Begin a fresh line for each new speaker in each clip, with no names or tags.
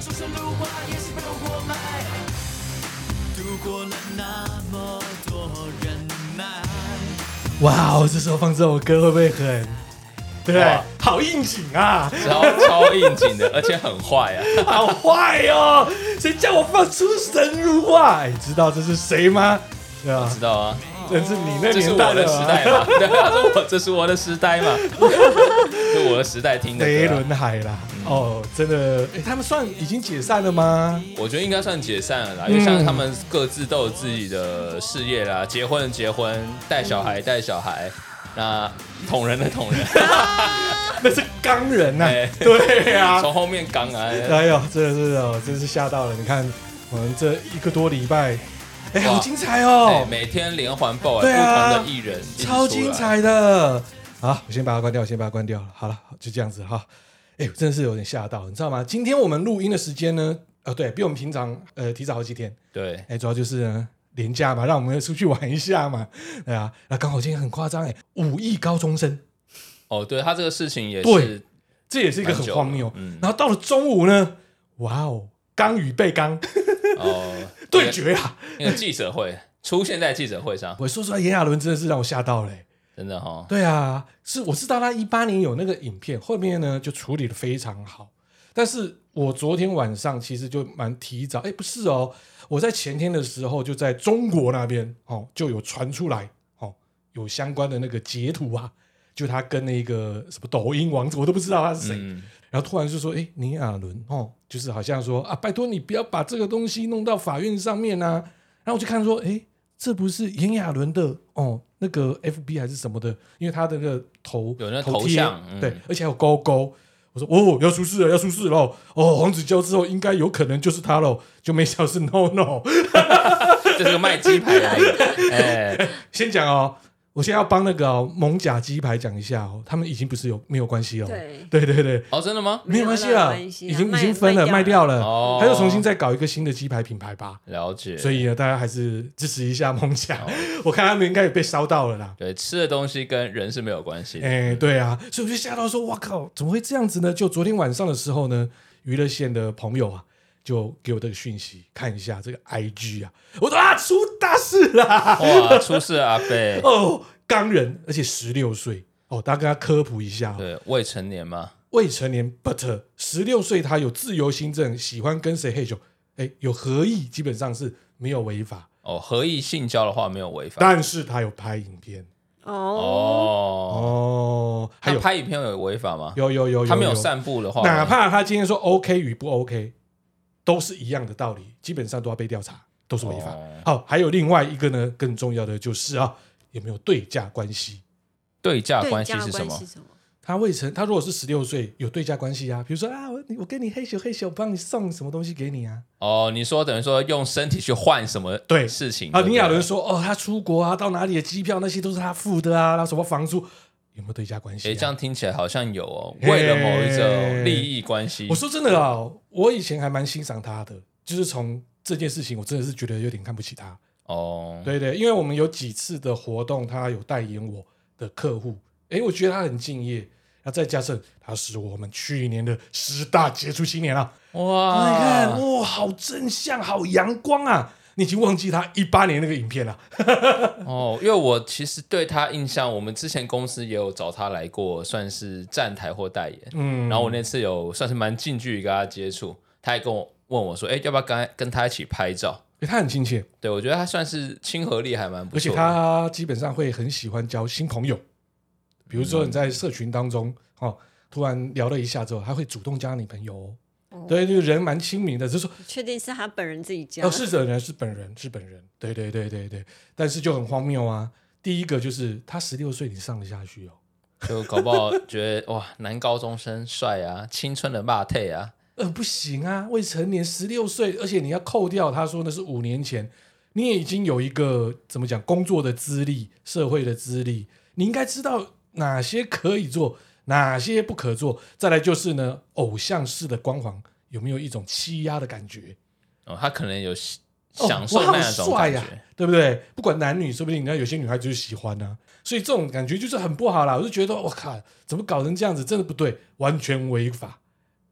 出神入化，也是被我活埋。度过了那么多忍耐，
哇哦，这时候放这首歌会不会很？对不对
哇，
好应景啊，
超超应景的，而且很坏啊！
好坏哦！谁叫我放出神入化？哎，知道这是谁吗？对吧
知？道啊，
这是你那
这是
年
我
代
的
吧
时代嘛？ 对啊，这是我这是我的时代嘛？ 这我的时代听 的
飞
歌啊、
轮海啦。哦，真的，哎，他们算已经解散了吗？
我觉得应该算解散了啦，因为像他们各自都有自己的事业啦，结婚结婚，带小孩带小孩，那捅人的捅人，
那是钢人呐、
哎
对 啊，
从后面刚啊，
哎呦，真的是哦，真是吓到了。你看我们这一个多礼拜，哎，
哇
好精彩哦
哎，每天连环报哎、
对啊
不同的艺人一直出来
超精，彩的。好，我先把它关掉，我先把它关掉了。好了，就这样子哈。哎，我真的是有点吓到，你知道吗？今天我们录音的时间呢，呃，对比我们平常呃提早好几天。
对，
哎，主要就是呢廉价嘛，让我们出去玩一下嘛，对啊。那刚好今天很夸张哎，五亿高中生，
哦，对他这个事情也
对
是
这也是一个
蛮
很
久
荒谬
了。嗯
然后到了中午呢，哇哦，刚与被刚
哦，
对决啊！
那个记者会出现在记者会上，
我说出来，炎亚纶真的是让我吓到了欸、
真的哈、哦，
对啊，是我知道他一八年有那个影片，后面呢就处理的非常好。但是我昨天晚上其实就蛮提早，哎，不是哦，我在前天的时候就在中国那边哦就有传出来哦有相关的那个截图啊，就他跟那个什么抖音王子，我都不知道他是谁，
嗯，
然后突然就说：“哎，尼亚伦哦，就是好像说啊，拜托你不要把这个东西弄到法院上面啊。”然后我就看说：“哎，这不是炎亚纶的哦，那个 FB 还是什么的，因为他的那个头
有那
头
头
贴
像嗯
对，而且还有勾勾。”我说：“哦，要出事了，要出事了！哦，黄子佼之后应该有可能就是他喽，就没想到是 no no。
这是个卖鸡排的那 个，哎、
先讲哦，我先要帮那个、哦、蒙甲鸡排讲一下哦，他们已经不是有没有关系了。哦
对
对对对，
哦，真的吗？
没有关系了，
没有
已
关系
经已
卖
经分了，卖
卖
掉
掉
了，
哦
他又重新再搞一个新的鸡排品牌吧。
了解，
所以呢，大家还是支持一下梦想。 我看他们应该也被烧到了啦。
对吃的东西跟人是没有关系的，
哎、对啊，所以我就吓到说，哇靠，怎么会这样子呢？就昨天晚上的时候呢，娱乐线的朋友啊，就给我这个讯息，看一下这个 IG 啊，我说啊，出大事啦！
哇，出事了阿贝，
哦，刚人，而且十六岁哦，大家跟他科普一下、哦，
对，未成年嘛，
未成年，but 十六岁他有自由新政，喜欢跟谁 h 酒，哎，有合意基本上是没有违法，
哦，合意性交的话没有违法，
但是他有拍影片
哦，
哦，
哦，还
他
有
拍影片有违法吗？
有有有有，
他没有，散步的话，
哪怕他今天说 OK 与不 OK，都是一样的道理，基本上都要被调查，都是违法
哦。
好，还有另外一个呢，更重要的就是啊，有没有对价关系？
对价
对，
关系
家
是什
关
么
系？什么？
他未成，他如果是十六岁，有对价关系啊，比如说啊，我你我跟你嘿咻嘿咻，我帮你送什么东西给你啊，
哦，你说等于说用身体去换什么
对
事情
啊，林雅伦
伦，
说：“哦，他出国啊，到哪里的机票那些都是他付的啊，然后什么房租有没有对价关系、啊？”
哎，这样听起来好像有哦，
嘿
为了某一种利益关系
我，说真的啊，我以前还蛮欣赏他的，就是从这件事情，我真的是觉得有点看不起他。
哦，
对对，因为我们有几次的活动，他有代言我的客户，哎，我觉得他很敬业。那再加上他是我们去年的十大杰出青年啊，你看，
哇，
哇，好正向，好阳光啊！你已经忘记他一八年那个影片了。
哦，因为我其实对他印象，我们之前公司也有找他来过，算是站台或代言，
嗯，
然后我那次有算是蛮近距离跟他接触，他还跟我问我说，哎，要不要跟他跟他一起拍照？
诶他很亲切，
对，我觉得他算是亲和力还蛮不
而且
错的。
他基本上会很喜欢交新朋友，比如
嗯
说你在社群当中哦，突然聊了一下之后，他会主动加你朋友哦。对，就是人蛮亲民的，就是说，
确定是他本人自己家？
哦，是本人，是本人，是本人，对对对对对，但是就很荒谬啊。第一个就是他十六岁，你上得下去哦？
就搞不好觉得哇，男高中生帅啊，青春的霸退啊，
呃，不行啊，未成年十六岁，而且你要扣掉他说那是五年前，你也已经有一个怎么讲工作的资历、社会的资历，你应该知道哪些可以做，哪些不可做。再来就是呢，偶像式的光环有没有一种欺压的感觉？
哦，他可能有喜
哦
享
我
受
好
那种
帅啊
感
呀、
觉。
对不对？不管男女，说不定人家有些女孩子就喜欢呢、所以这种感觉就是很不好啦。我就觉得，我靠，怎么搞成这样子，真的不对，完全违法。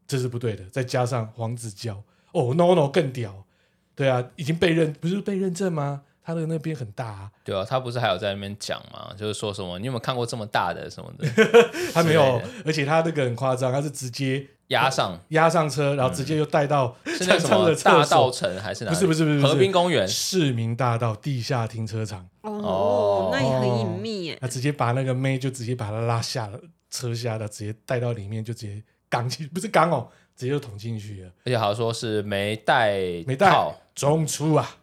这是不对的。再加上黄子佼，哦，no no 更屌，对啊，已经被认不是被认证吗？他的那边很大、啊，
对啊，他不是还有在那边讲吗？就是说什么你有没有看过这么大的什么的
他没
之
有
类的，
而且他那个很夸张，他是直接
压上？
压上车，然后直接就带到
嗯是那
山
什
上
么
的
大
厕所，
道城还是哪里？
不是不是不是不是
河滨公园
市民大道地下停车场，
哦
哦，那也很隐秘耶。
他直接把那个妹就直接把她拉下了车下的，直接带到里面，就直接刚进，不是刚哦，直接就捅进去了，
而且好像说是没带
没带
套
中出啊！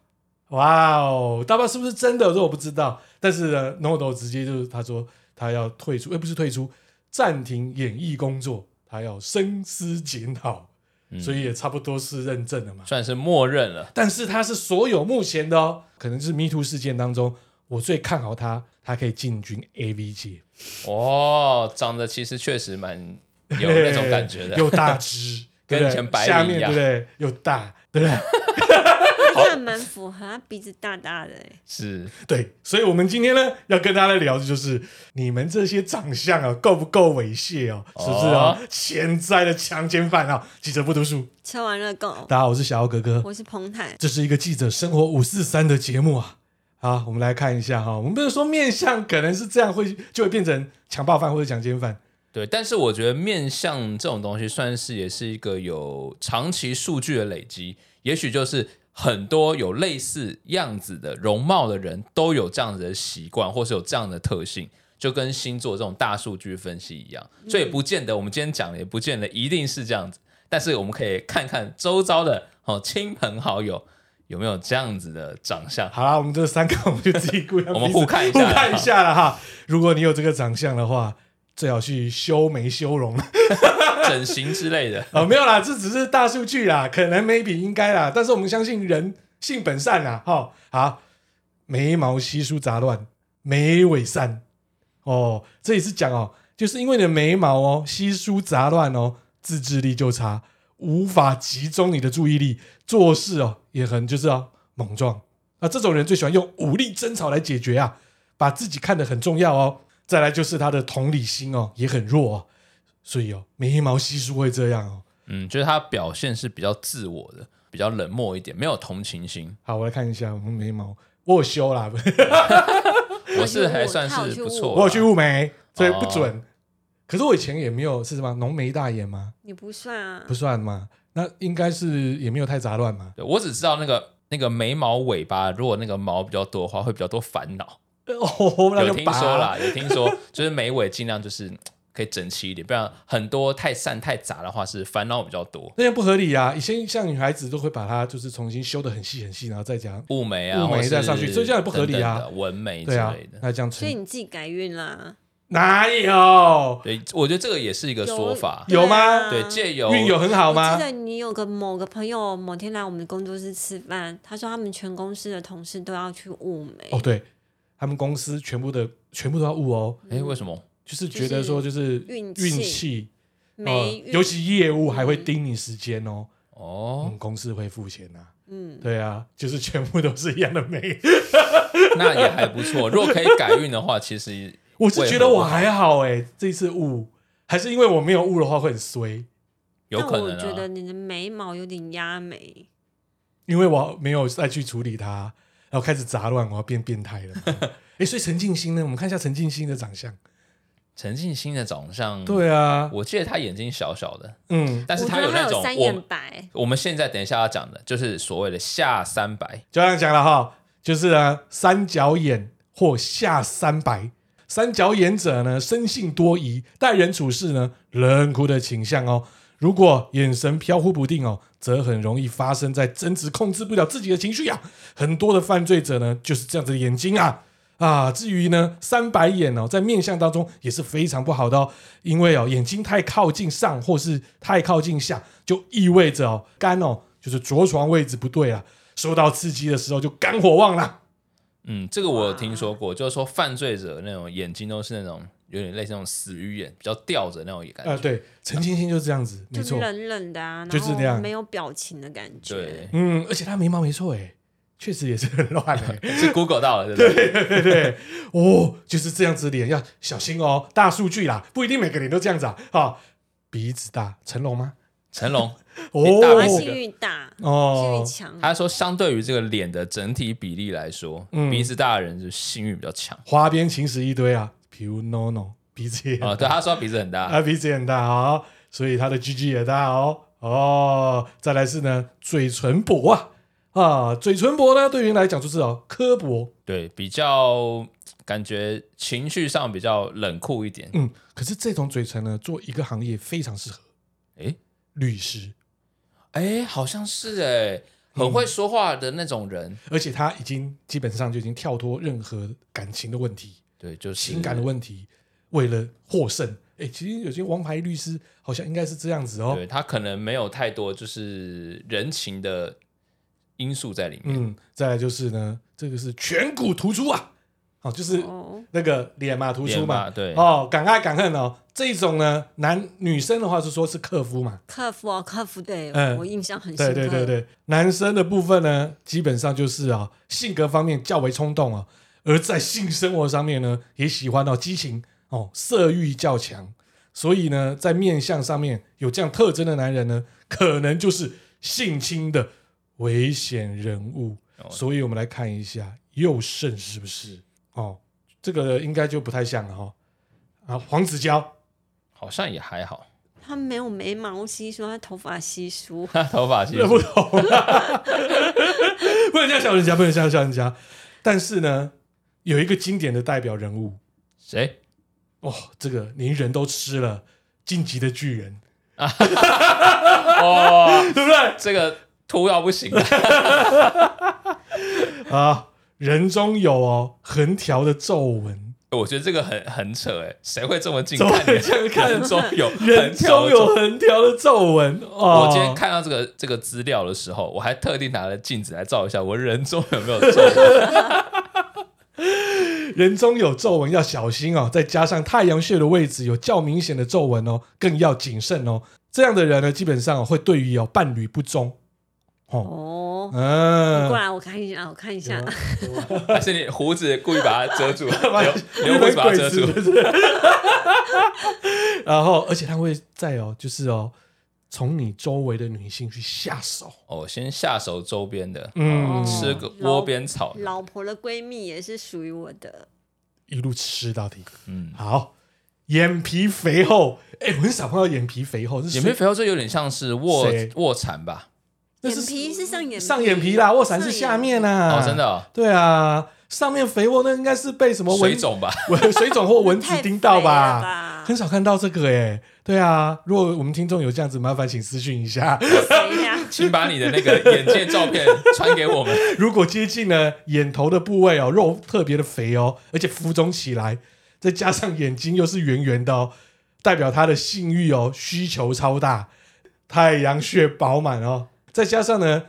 哇哦，大不知道是不是真的，这我不知道。但是呢，Nodo 直接就是他说他要退出，哎、不是退出，暂停演艺工作，他要深思检讨，所以也差不多是认证了嘛。
算是默认了。
但是他是所有目前的哦，可能是 Me Too 事件当中，我最看好他，他可以进军 AV 界。
哦，长得其实确实蛮有那种感觉 的，
又大只，对不对
跟以前白
下
领一
面对
样
不对？又大，对不对？
那这样蛮符合，他鼻子大大的耶。
是
对，所以我们今天呢，要跟大家聊的就是你们这些长相啊，够不够猥亵哦？是不是啊？潜在的强奸犯啊！记者不读书，
吃完了够，
大家好，我是小欧哥哥，
我是彭坦。
这是一个记者生活五四三的节目啊。好，我们来看一下哈、我们不是说面相可能是这样会就会变成强暴犯或者强奸犯，
对，但是我觉得面相这种东西，算是也是一个有长期数据的累积，也许就是很多有类似样子的容貌的人都有这样子的习惯，或是有这样的特性。就跟星座这种大数据分析一样，所以不见得我们今天讲的，也不见得一定是这样子。但是我们可以看看周遭的哦亲朋好友有没有这样子的长相，
好啦，我们这三个我们就自己互相
我们
彼此
互看一下啦
互看一下了哈。如果你有这个长相的话，最好去修眉修容
整形之类的。
哦，没有啦，这只是大数据啦，可能 maybe 应该啦，但是我们相信人性本善啦，哦哈。好，眉毛稀疏杂乱，眉尾散哦，这也是讲哦，就是因为你的眉毛哦稀疏杂乱哦，自制力就差，无法集中你的注意力，做事哦也很就是哦莽撞。啊，这种人最喜欢用武力争吵来解决啊，把自己看得很重要哦。再来就是他的同理心哦，也很弱哦，所以哦，眉毛稀疏会这样哦。
嗯，就是他表现是比较自我的，比较冷漠一点，没有同情心。
好，我来看一下我们眉毛，我有修啦，
我是还算是不错啦，
我有去雾眉，所以不
哦
准。可是我以前也没有是什么浓眉大眼吗？
你不算啊
不，算嘛，那应该是也没有太杂乱 嘛。
对我只知道那个那个眉毛尾巴，如果那个毛比较多的话，会比较多烦恼。
哦，那
有
就
听
拔
说啦，有听说，就是眉尾尽量就是嗯可以整齐一点，不然很多太散太杂的话是烦恼比较多。
那些不合理啊。以前像女孩子都会把它就是重新修的很细很细，然后再加
雾眉啊，
雾眉
或是
再上去所以这样也不合理啊
等等的纹眉之
对啊
类，的。
那这样
所以
存
你自己改运啦。
哪有？
对，我觉得这个也是一个说法。
有吗
对，借由
运有很好
啊我
吗
记？得你有个某个朋友某天来我们工作室吃饭，他说他们全公司的同事都要去雾眉
哦，，对，他们公司全部的全部都要误哦，
哎，为什么？
就是觉得说就是
运气
运气，呃
眉运
尤其业务还会盯你时间哦，我
哦
们，公司会付钱呐。
嗯，
对啊，就是全部都是一样的美。
那也还不错。如果可以改运的话，其实
我是觉得
为何
我还好哎、这一次误，还是因为我没有误的话会很衰，
有可能
但我觉得
啊。
你的眉毛有点压眉，
因为我没有再去处理它，然后开始杂乱，我要变变态了嘛。哎、所以陈静心呢？我们看一下陈静心的长相。
陈静心的长相，，
对啊，
我记得她眼睛小小的，
嗯，
但是
我
她
觉得
那种
有三眼
我
白，
我们现在等一下要讲的，就是所谓的下三白。
就这样讲了哈，就是呢，三角眼或下三白。三角眼者呢，生性多疑，待人处事呢，冷酷的倾向哦。如果眼神飘忽不定哦，则很容易发生在争执控制不了自己的情绪啊。很多的犯罪者呢，就是这样子的眼睛啊啊。至于呢，三白眼哦，在面相当中也是非常不好的哦，因为哦，眼睛太靠近上或是太靠近下，就意味着哦，肝哦就是着床位置不对啊啦，受到刺激的时候就肝火旺啦。
嗯，这个我有听说过，就是说犯罪者那种眼睛都是那种有点类似那种死鱼眼，比较吊着那种感觉。
啊，对，陈清新就是这样子，没
就是
错，
冷冷的啊，
就是那样
没有表情的感觉。
对，
嗯，而且他眉毛没错，哎，确实也是很乱、欸，
是 Google 到了，对不对？
对不对？哦，就是这样子脸要小心哦，大数据啦，不一定每个脸都这样子啊。哈、鼻子大，成龙吗？
成龙，
哦
大
我
明
是
星
玉大，
哦
是玉，强，
他说相对于这个脸的整体比例来说，
嗯
鼻子大的人就性欲比较强
花边情史一堆啊，比如 no no 鼻子也
啊、对，他说他鼻子很大，
啊，鼻子也很大哦，所以他的 GG 也大哦。哦，再来是呢，嘴唇薄啊啊，嘴唇薄呢，对于人来讲就是哦，刻薄。
对，比较感觉情绪上比较冷酷一点。
嗯，可是这种嘴唇呢，做一个行业非常适合，
诶
律师，
诶，好像是哎、
嗯
很会说话的那种人，
而且他已经基本上就已经跳脱任何感情的问题、
对，就是
情感的问题，为了获胜。哎，其实有些王牌律师好像应该是这样子哦
对。他可能没有太多就是人情的因素在里面。
嗯，再来就是呢，这个是颧骨突出啊，哦，就是
哦，
那个脸嘛，突出
脸
嘛，
嘛对
哦，敢爱敢恨哦，这种呢，男女生的话是说是克夫嘛，
客服哦，客服，对、
嗯
我印象很深
对
刻，
对对对，男生的部分呢，基本上就是啊、性格方面较为冲动啊、而在性生活上面呢，也喜欢哦激情哦，色欲较强，所以呢，在面相上面有这样特征的男人呢，可能就是性侵的危险人物。
哦
所以我们来看一下右胜是不是哦，这个应该就不太像了哈、哦。啊，黄子佼，
好像也还好，
他没有眉毛稀疏，他头发稀疏，
嗯
他头发其实
这不同啦， 不能这样笑人家，不能这样笑人家。但是呢，有一个经典的代表人物，
谁？
哦，这个连人都吃了，晋级的巨人，
哦，
对不对？
这个秃到不行 了，
啊，人中有哦横条的皱纹，
我觉得这个很很扯哎，谁会这么近
怎么
看
会
你？
这样看
人中有
人
很
中
挑
有横条的皱纹哦。
我今天看到这个这个资料的时候，我还特地拿了镜子来照一下我人中有没有皱纹。
人中有皱纹要小心哦，再加上太阳穴的位置有较明显的皱纹哦，更要谨慎哦。这样的人呢，基本上哦会对于有伴侣不忠哦，
哦，
嗯，
过来我看一下，我看一下，
还是你胡子故意把它 遮住，留
日
留胡
本
子把它
鬼
遮
子
住
不。是。然后，而且他会在哦，就是哦，从你周围的女性去下手，
哦，先下手周边的，
嗯，
哦
吃个窝边草。
老婆的闺蜜也是属于我的，
一路吃到底。
嗯，
好，眼皮肥厚，哎，我很少碰到眼皮肥厚，是
眼
谁
皮肥厚这有点像是卧
谁
卧蚕吧？
那
眼皮是上眼皮
上眼皮啦，卧蚕是下面啊，
哦，真的，哦，
对啊，上面肥厚那应该是被什么蚊
水肿吧？
蚊水肿或蚊子
太
叮到
肥了
吧？
吧
很少看到这个哎、对啊，如果我们听众有这样子，麻烦请私讯一下。
谁呀？
请把你的那个眼界照片传给我们。
如果接近呢眼头的部位哦，肉特别的肥哦，而且浮肿起来，再加上眼睛又是圆圆的哦，代表他的性欲哦需求超大，太阳穴饱满哦，再加上呢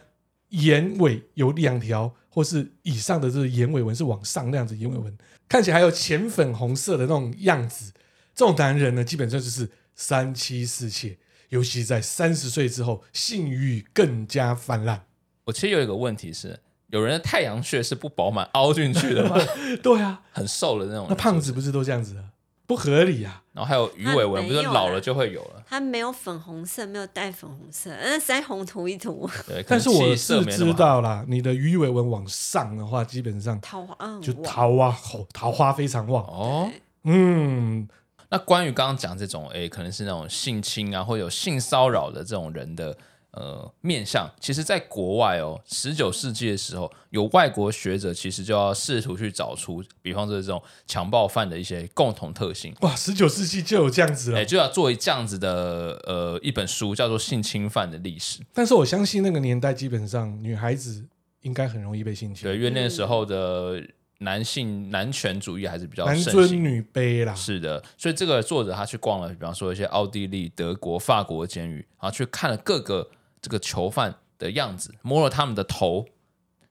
眼尾有两条或是以上的这个眼尾纹是往上那样子眼尾纹，看起来还有浅粉红色的那种样子，这种男人呢基本上就是三妻四妾。尤其在三十岁之后，性欲更加泛滥。
我其实有一个问题是，有人的太阳穴是不饱满凹进去 的吗？
对啊，
很瘦的那种人
那胖子，不是都这样子啊？不合理啊！
然后还有鱼尾
那
纹，不
没
是
有啊
老了
啦
就会有了。
他没有粉红色，没有带粉红色，嗯，腮红涂一涂，
对，可
但
能
是我
气色
是
没那
知
么好。
道啦，你的鱼尾纹往上的话，基本上
桃花嗯，
就
哇
桃花好，桃花非常旺。
哦，
嗯，
那关于刚刚讲这种，诶，可能是那种性侵啊，或者有性骚扰的这种人的呃面相，其实在国外哦，十九世纪的时候，有外国学者其实就要试图去找出，比方说这种强暴犯的一些共同特性。
哇，十九世纪就有这样子了
哎，。就要做一这样子的呃一本书，叫做《性侵犯的历史》。
但是我相信那个年代，基本上女孩子应该很容易被性侵
对，，因为那时候的男性男权主义还是比较
男
盛
尊
行。
女卑啦。
是的，所以这个作者他去逛了，比方说一些奥地利、德国、法国的监狱，然后去看了各个这个囚犯的样子，摸了他们的头，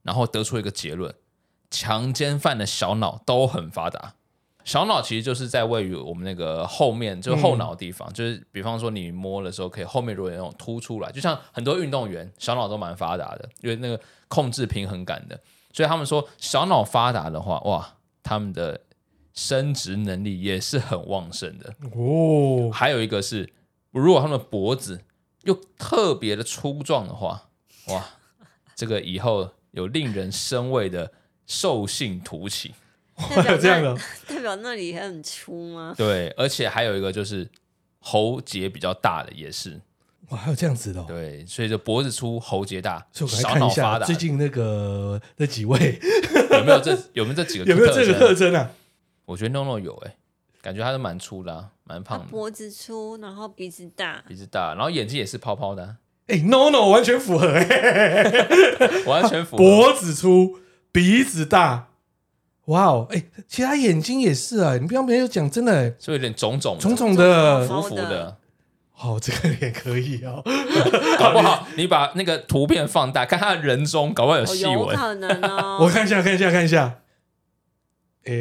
然后得出一个结论：强奸犯的小脑都很发达。小脑其实就是在位于我们那个后面，就是后脑的地方，就是比方说你摸的时候，可以后面如果有那种凸出来，就像很多运动员小脑都蛮发达的，因为那个控制平衡感的，所以他们说小脑发达的话，哇，他们的生殖能力也是很旺盛的。
哦，
还有一个是，如果他们的脖子又特别的粗壮的话，哇，这个以后有令人生畏的兽性突起。
代表
有这样的
那代表那里很粗吗？
对，而且还有一个就是喉结比较大的也是，
哇，还有这样子的、哦。
对，所以就脖子粗、喉结大、
所以我来
小
看
脑
一
发
下
达，
最近那个那几位
有没有这有没有这几个
有没有这个特
征？
征啊？
我觉得 NONO 有哎、感觉他是蛮粗的、啊，蛮
他
胖的，
脖子粗，然后鼻子大，
鼻子大，然后眼睛也是泡泡的啊、
哎、n o no 完全符合哎、
完全符合。
脖子粗，鼻子大，哇哦，哎、其他眼睛也是啊、你不要没有讲真的、哎
所以有点肿肿的
肿肿的，
肿
浮浮的，
哦，这个也可以哦，
搞不好你把那个图片放大，看他的人中，搞不好有
哦，
细
有
纹。
可能
我
哦，
看一下，看一下，看一下，哎、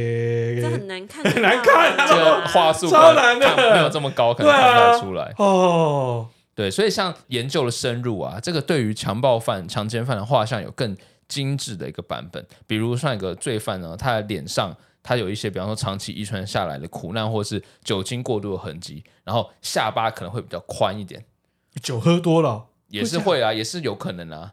这很难看，
很难看啊
这个
啊
话术
超难的
可能看没有这么高，可能
对
看不
啊
太出来。
哦，
对，所以像研究的深入啊，这个对于强暴犯、强奸犯的画像有更精致的一个版本。比如上一个罪犯呢，他的脸上他有一些，比方说长期遗传下来的苦难或是酒精过度的痕迹，然后下巴可能会比较宽一点，
酒喝多了哦、
也是会啊，也是有可能啊。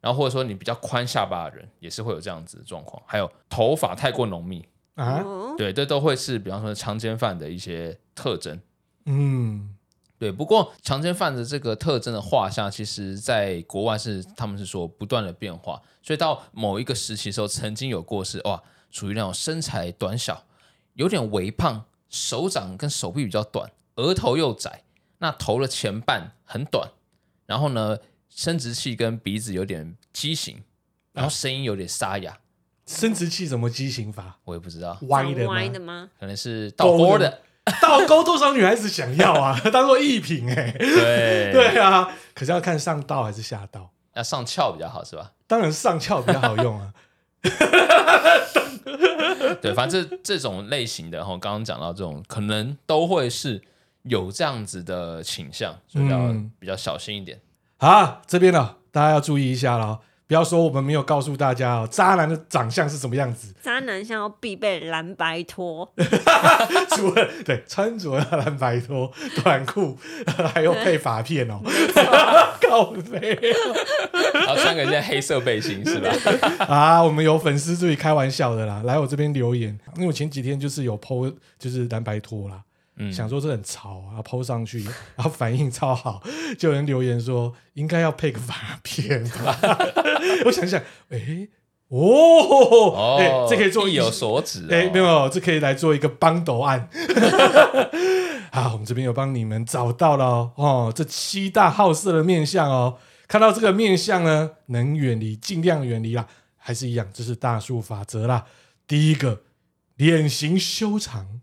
然后或者说你比较宽下巴的人，也是会有这样子的状况。还有头发太过浓密，
啊，
哦，
对，这都会是比方说强奸犯的一些特征。
嗯，
对，不过强奸犯的这个特征的画像，其实在国外是他们是说不断的变化，所以到某一个时期的时候，曾经有过是哇，属于那种身材短小，有点微胖，手掌跟手臂比较短，额头又窄，那头的前半很短，然后呢，生殖器跟鼻子有点畸形，然后声音有点沙哑，
生殖器怎么畸形法？
我也不知道，
歪的
长
吗？
歪的吗？
可能是倒钩
勾的
的，
倒钩多少女孩子想要啊？ 当做艺品哎、
对，
对啊，可是要看上道还是下道，
要上翘比较好是吧？
当然上翘比较好用啊。
对，反正这这种类型的哈，刚刚讲到这种，可能都会是有这样子的倾向，所以要
嗯
比较小心一点。
好，这边呢，大家要注意一下了，不要说我们没有告诉大家哦，渣男的长相是什么样子，
渣男像要必备蓝白拖，
除了对穿着要蓝白拖、短裤，还有配发片哦， 告飞
然后穿个一件黑色背心 是吧？
啊！我们有粉丝自己开玩笑的啦，来我这边留言，因为我前几天就是有 PO 就是蓝白拖啦。
嗯
想说这很潮啊，PO 上去，然后反应超好，就有人留言说应该要配个发片吧。 我想想，哎、哦，
哦，
哎、这可以做
意有所指、哦。
哎、没，有，这可以来做一个帮斗案。 好，我们这边有帮你们找到了哦，哦这七大好色的面相哦。看到这个面相呢，能远离尽量远离啦，还是一样，这是大数法则啦。第一个，脸型修长，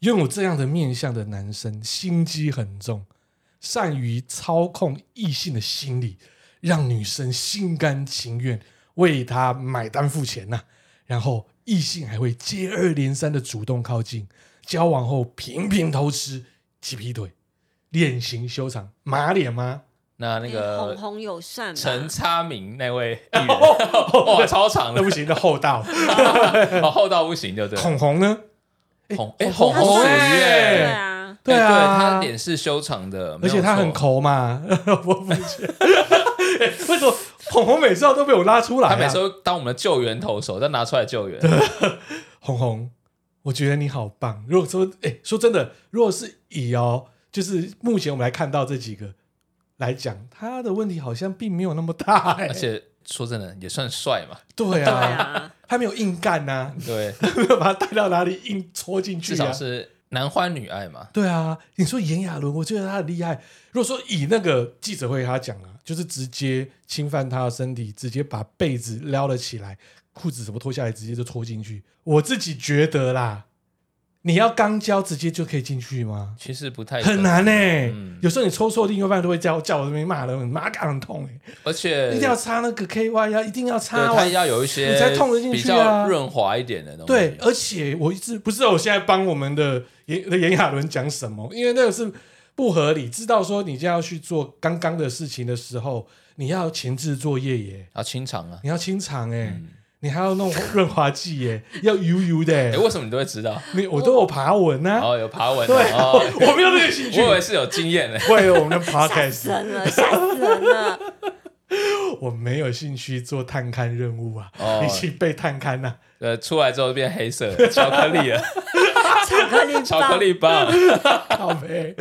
拥有这样的面相的男生，心机很重，善于操控异性的心理，让女生心甘情愿为他买单付钱呐、然后异性还会接二连三的主动靠近，交往后频频偷吃鸡皮腿，脸型修长，马脸 吗？
那那
哎
个
红红有算吧
陈差明那位艺人，哇，超长
哦那
的
不，行，那厚道。
哦厚到不行，对不对？
孔红呢？
红，哎，
孔
红
他
红
算
属于
哎
对
哎，
啊，
对
哎
啊，
他脸是修长的，没
而
有
且他
错
很，啊抠嘛， 我不觉得。 为什么孔红每次都被我拉出来、啊？
他每次都当我们的救援投手，再拿出来救援。
红红，我觉得你好棒。如果说，哎、说真的，如果是以哦，就是目前我们来看到这几个来讲，他的问题好像并没有那么大、哎
而且说真的，也算帅嘛，
对
对
啊，
啊，
他没有硬干呐、
对，
没有 把他带到哪里硬戳进去、
至
啊，
少是男欢女爱嘛。
对啊，你说炎亚纶，我觉得他很厉害。如果说以那个记者会他讲啊，就是直接侵犯他的身体，直接把被子撩了起来，裤子什么脱下来，直接就戳进去。我自己觉得啦，你要肛交直接就可以进去吗？
其实不太
很难呢、欸
嗯
有时候你抽错另一半都会叫叫我这边骂人，麻杆很痛哎、
而且
一定要插那个 K Y 啊呀，一定要
对
插
它
完
要有一些
你才痛得进去啊
比较润滑一点的东西。
对，而且我一直不知道我现在帮我们的炎炎亚纶讲什么，因为那个是不合理。知道说你就要去做刚刚的事情的时候，你要前置作业耶，
要清肠啊，
你要清场哎、
嗯
你还要弄润滑剂耶，要油油的
哎，
耶，
为什么你都会知道？
你我都有爬文啊，
哦，有爬文
对
的
啊，
哦，
我没有那个兴趣
我以。为是有经验的。
会有我 们的
吓死
podcast，
人了，吓死人了！
我没有兴趣做探勘任务啊，
哦
已经被探勘了、
呃，出来之后变 黑色的巧克力了，啊
巧克力棒，
巧克力棒。
靠背。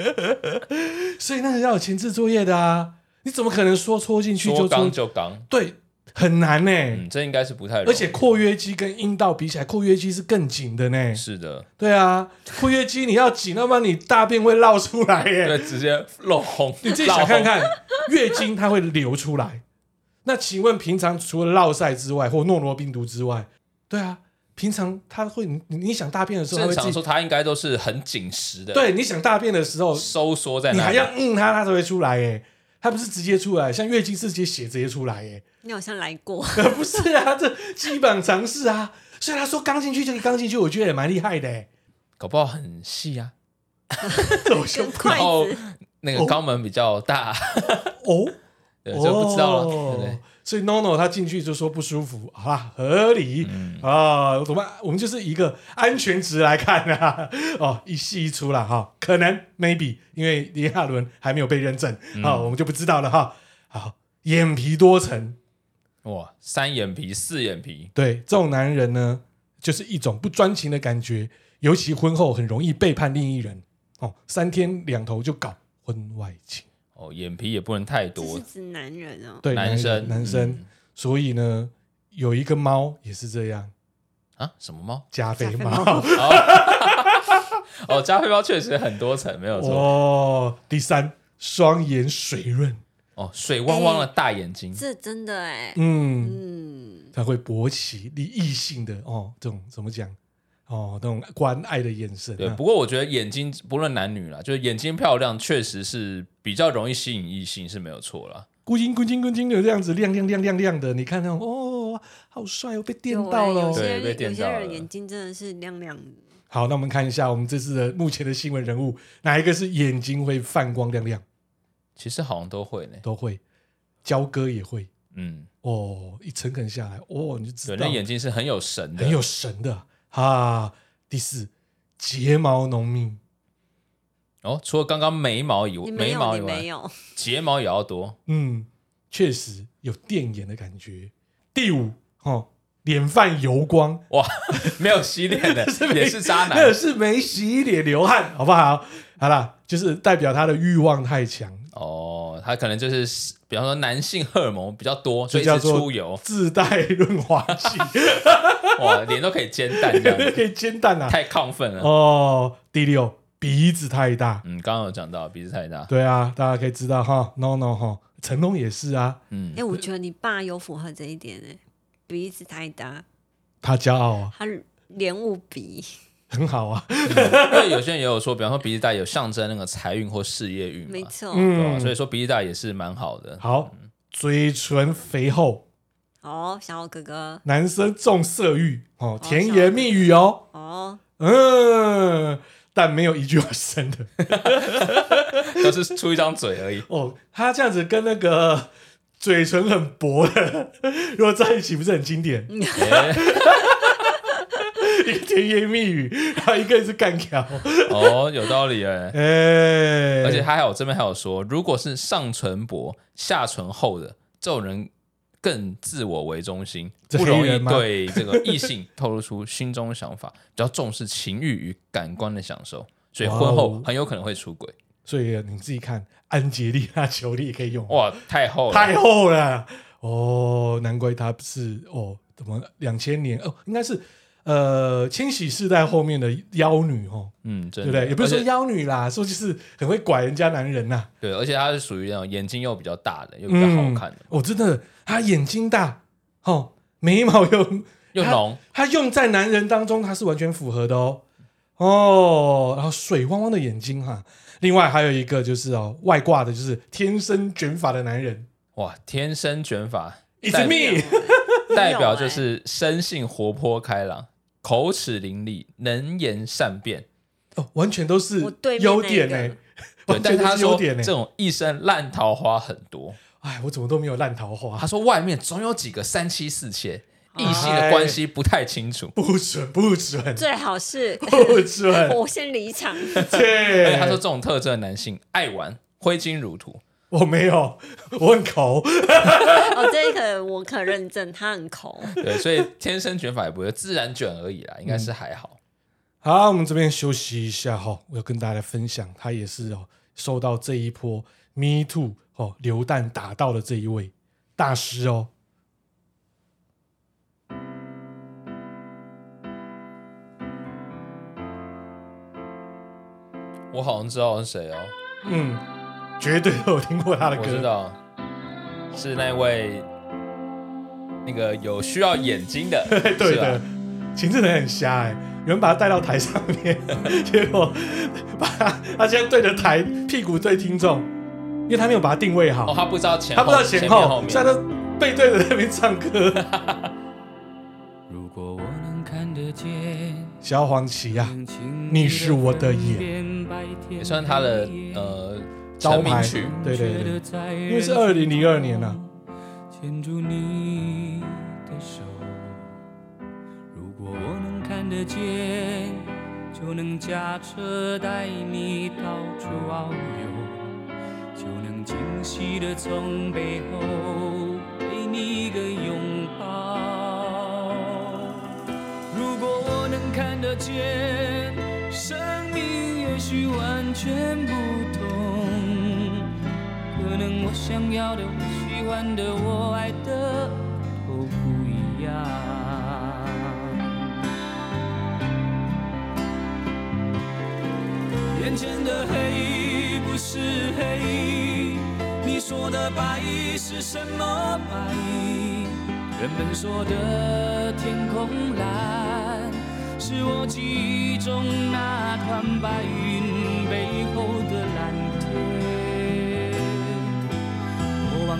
所以那个要有前置作业的啊，你怎么可能说戳进去
说
就戳
刚？就刚，
对，很难呢、
嗯，这应该是不太容易，
而且括约肌跟阴道比起来，括约肌是更紧的呢。
是的，
对啊，括约肌你要紧，要不然你大便会绕出来耶、
对，直接漏红，
你自己想看看，月经它会流出来。那请问平常除了落晒之外，或诺罗病毒之外，对啊，平常它会你你想大便的时候，它
正
会
常
自
说
己
它应该都是很紧实的，，
对你想大便的时候，
收缩在
你
那
还
里，啊
要嗯它，它才会出来哎、它不是直接出来，像月经是直接血直接出来耶、
你好像来过，
可不是啊，这基本常识啊。所以他说刚进去就刚进去，我觉得也蛮厉害的、欸。
搞不好很细啊，
走
跟
胸部
筷
然后
子，
那个肛门比较大，
哦，
对，这不知道了，
哦
对不对？
所以 NONO 他进去就说不舒服，好啦，合理、啊，我们我们就是一个安全值来看啊， 哦，一系一出啦哈，可能 maybe 因为李亚伦还没有被认证啊、我们就不知道了哈。好，眼皮多层，
哇，三眼皮、四眼皮，
对这种男人呢，就是一种不专情的感觉，尤其婚后很容易背叛另一人哦，三天两头就搞婚外情。
哦，眼皮也不能太
这
多
是，指男人哦。
对，
男
人
生
男生，
嗯
所以呢，有一个猫也是这样，
啊，什么猫？
加菲
加
猫。
哦，加菲猫确实很多层，没有错，
哦，第三，双眼水润，
哦，水汪汪的大眼睛，
这真的哎、
嗯，
嗯，
它会勃起你异性的哦，这种怎么讲？哦，那种关爱的眼神、
对，
啊，
不过我觉得眼睛不论男女啦，就是眼睛漂亮，确实是比较容易吸引异性，是没有错啦。
咕金咕金咕金的这样子，亮亮亮亮亮的，你看那种哦，好帅哦，被电
有
到
欸
了
有
哦。
对
些
被电
有些
到
人
了
眼睛真的是亮亮的，
好，那我们看一下我们这次的目前的新闻人物，哪一个是眼睛会泛光亮亮？
其实好像都会呢，
都会，焦哥也会
嗯，
哦，一诚恳下来，哦，你就知
对，
道
那眼睛是很有神的，
很有神的啊。第四，睫毛浓密。
哦。除了刚刚眉毛以外，
你没
眉
有，
毛以
你没
外，
有，
睫毛也要多。
嗯，确实有电眼的感觉。第五，哦，脸泛油光，
哇，没有洗脸 的也是
那
渣男啊
是没洗脸流汗，好不好？好啦，就是代表他的欲望太强，
哦，他可能就是比方说男性荷尔蒙比较多，
就
所以一直
叫做，
出油
自带润滑 剂，
哇，脸都可以煎蛋这样，
可以煎蛋啊。
太亢奋了。
哦，第六，鼻子太大。
嗯，刚刚有讲到鼻子太大，
对啊，大家可以知道哈，no no 哈，成龙也是啊，
嗯
哎、，我觉得你爸有符合这一点哎、鼻子太大，
他骄傲啊，
他脸捂鼻，
很好啊，
因为有些人也有说，比方说鼻子大有象征那个财运或事业运嘛，
没错，
对啊
嗯，
所以说鼻子大也是蛮 好的。
好，嘴唇肥厚，
哦，小豪哥哥，
男生重色欲哦，甜
小
言蜜语哦，
哦，
嗯，但没有一句话是真的。
都是出一张嘴 而已。
哦，他这样子跟那个嘴唇很薄的， 如果在一起不是很经典？
欸
一个甜言蜜语，然后一个人是干条，
哦，有道理哎。
哎、
而且他还有这边还有说，如果是上唇薄、下唇厚的这种人，更自我为中心，
这
不容
黑
易
人吗
对这个异性透露出心中想法，比较重视情欲与感官的享受，所以婚
哇
后
哦
很有可能会出轨。
所以你自己看，安吉丽娜·裘丽也可以用，
哇，太厚了，
太厚了哦，难怪他是哦，怎么两千年哦，应该是呃千禧世代后面的妖女哦，
嗯，
对
真
不
的，
对？也不是说
而且
妖女啦，说就是很会拐人家男人呐、
对，而且他是属于那种眼睛又比较大的，又比较好看的，
哦，真的，他眼睛大，哦，眉毛又
又浓，
他用在男人当中，他是完全符合的哦。哦，然后水汪汪的眼睛哈，另外还有一个就是哦，外挂的就是天生卷发的男人
哇，天生卷发，
，It's
代
me，
代表就是生性活泼开朗，口齿伶俐，能言善辩。
哦，完全都是
我对面
优点
那
呢、
一个
对，
完
但
全
他
都是优
说
点呢、欸
这种一生烂桃花很多，
哎，我怎么都没有烂桃花
他说外面总有几个三妻四妾，
啊
异性的关系不太清楚，
不准，不准，
最好 是
不准！
我先离 场。
而且
对，
哎他说这种特征的男性爱玩，挥金如土。
我没有，我很抠。
哦，这一个我可认证，他很抠。
对，所以天生卷法也不会，自然卷而已啦，
嗯
应该是还好。
好，我们这边休息一下哈、我要跟大家分享，他也是哦，受到这一波 Me Too 哦流弹打到的这一位大师哦。
我好像知道是谁哦，
嗯，绝对有听过他的
我
歌。
知道，是那位那个有需要眼睛的，
对
是啊吧
的，秦志能很瞎哎、有人把他带到台上 面，结果把他他现在对着台，屁股对听众，因为他没有把它定位好，
哦，他不知道前
他
后，
不知道
前
前
面后
后，
面
现在都背对着那边唱歌。
如果我能看得见，
小黄旗啊，
能轻易
你是
地
我的
分
眼
辨白天
也算他的呃
招
成名
牌
曲。，
对对对，
对，
因为是2002年啊
牵住你的手，如果我能看得见，就能驾车带你到处遨游，就能惊喜的从背后给你一个拥抱。如果我能看得见，生命也许完全不同。可能我想要的、我喜欢的、我爱的都不一样。眼前的黑不是黑，你说的白是什么白？人们说的天空蓝，是我记忆中那团白云背后的蓝天。我望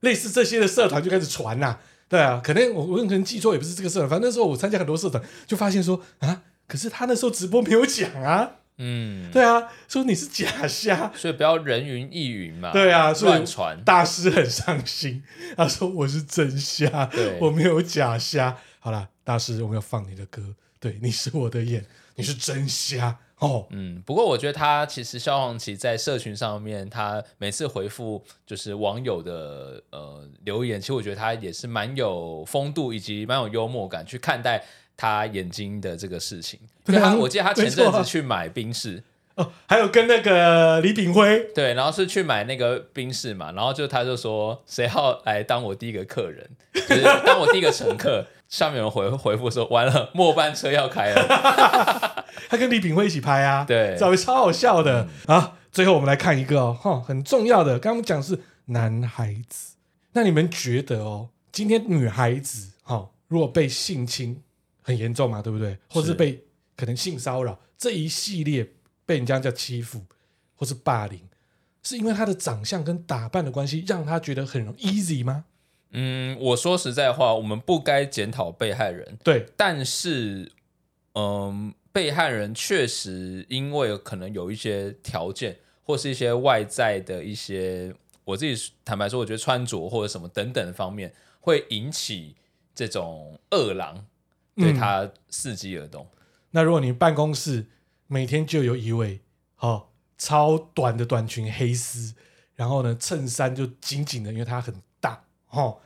类似这些的社团就开始传呐、对啊，可能我我可能记错，也不是这个社团，反正那时候我参加很多社团，就发现说啊，可是他那时候直播没有讲啊，
嗯，
对啊，说你是假瞎，
所以不要人云亦云嘛。
对啊，所以
乱传。
大师很伤心，他说我是真瞎
对，
我没有假瞎。好啦，大师，我们要放你的歌，对，你是我的眼，你是真瞎哦。
嗯，不过我觉得他其实萧煌奇在社群上面，他每次回复就是网友的呃留言，其实我觉得他也是蛮有风度以及蛮有幽默感去看待他眼睛的这个事情。因为
对啊
他我记得他前
没
阵
错
子
啊
去买冰室，
哦，还有跟那个李炳辉，
对，然后是去买那个冰室嘛，然后就他就说谁要来当我第一个客人，就是当我第一个乘客。 下面有人回回复说，完了，末班车要开了。
他跟李炳辉一起拍啊，
对
稍微超好笑的啊。最后我们来看一个哦，哈，很重要的，刚刚我们讲是男孩子，那你们觉得哦，今天女孩子哈、哦，如果被性侵很严重嘛，对不对？或是
是
被可能性骚扰这一系列被人家叫欺负或是霸凌，是因为他的长相跟打扮的关系，让他觉得很容 easy 吗？
嗯，我说实在话，我们不该检讨被害人，
对，
但是，嗯，被害人确实因为可能有一些条件或是一些外在的一些，我自己坦白说，我觉得穿着或者什么等等方面，会引起这种恶狼对
嗯
他伺机而动。
那如果你办公室每天就有一位哦超短的短裙黑丝，然后呢衬衫就紧紧的，因为它很大哦，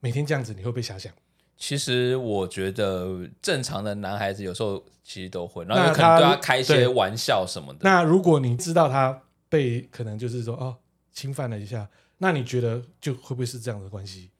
每天这样子你会不会遐想？
其实我觉得正常的男孩子有时候其实都会，然
那
后有可能对
他
他开一
对
些玩笑什么的。
那如果你知道他被可能就是说哦侵犯了一下，那你觉得就会不会是这样的关系？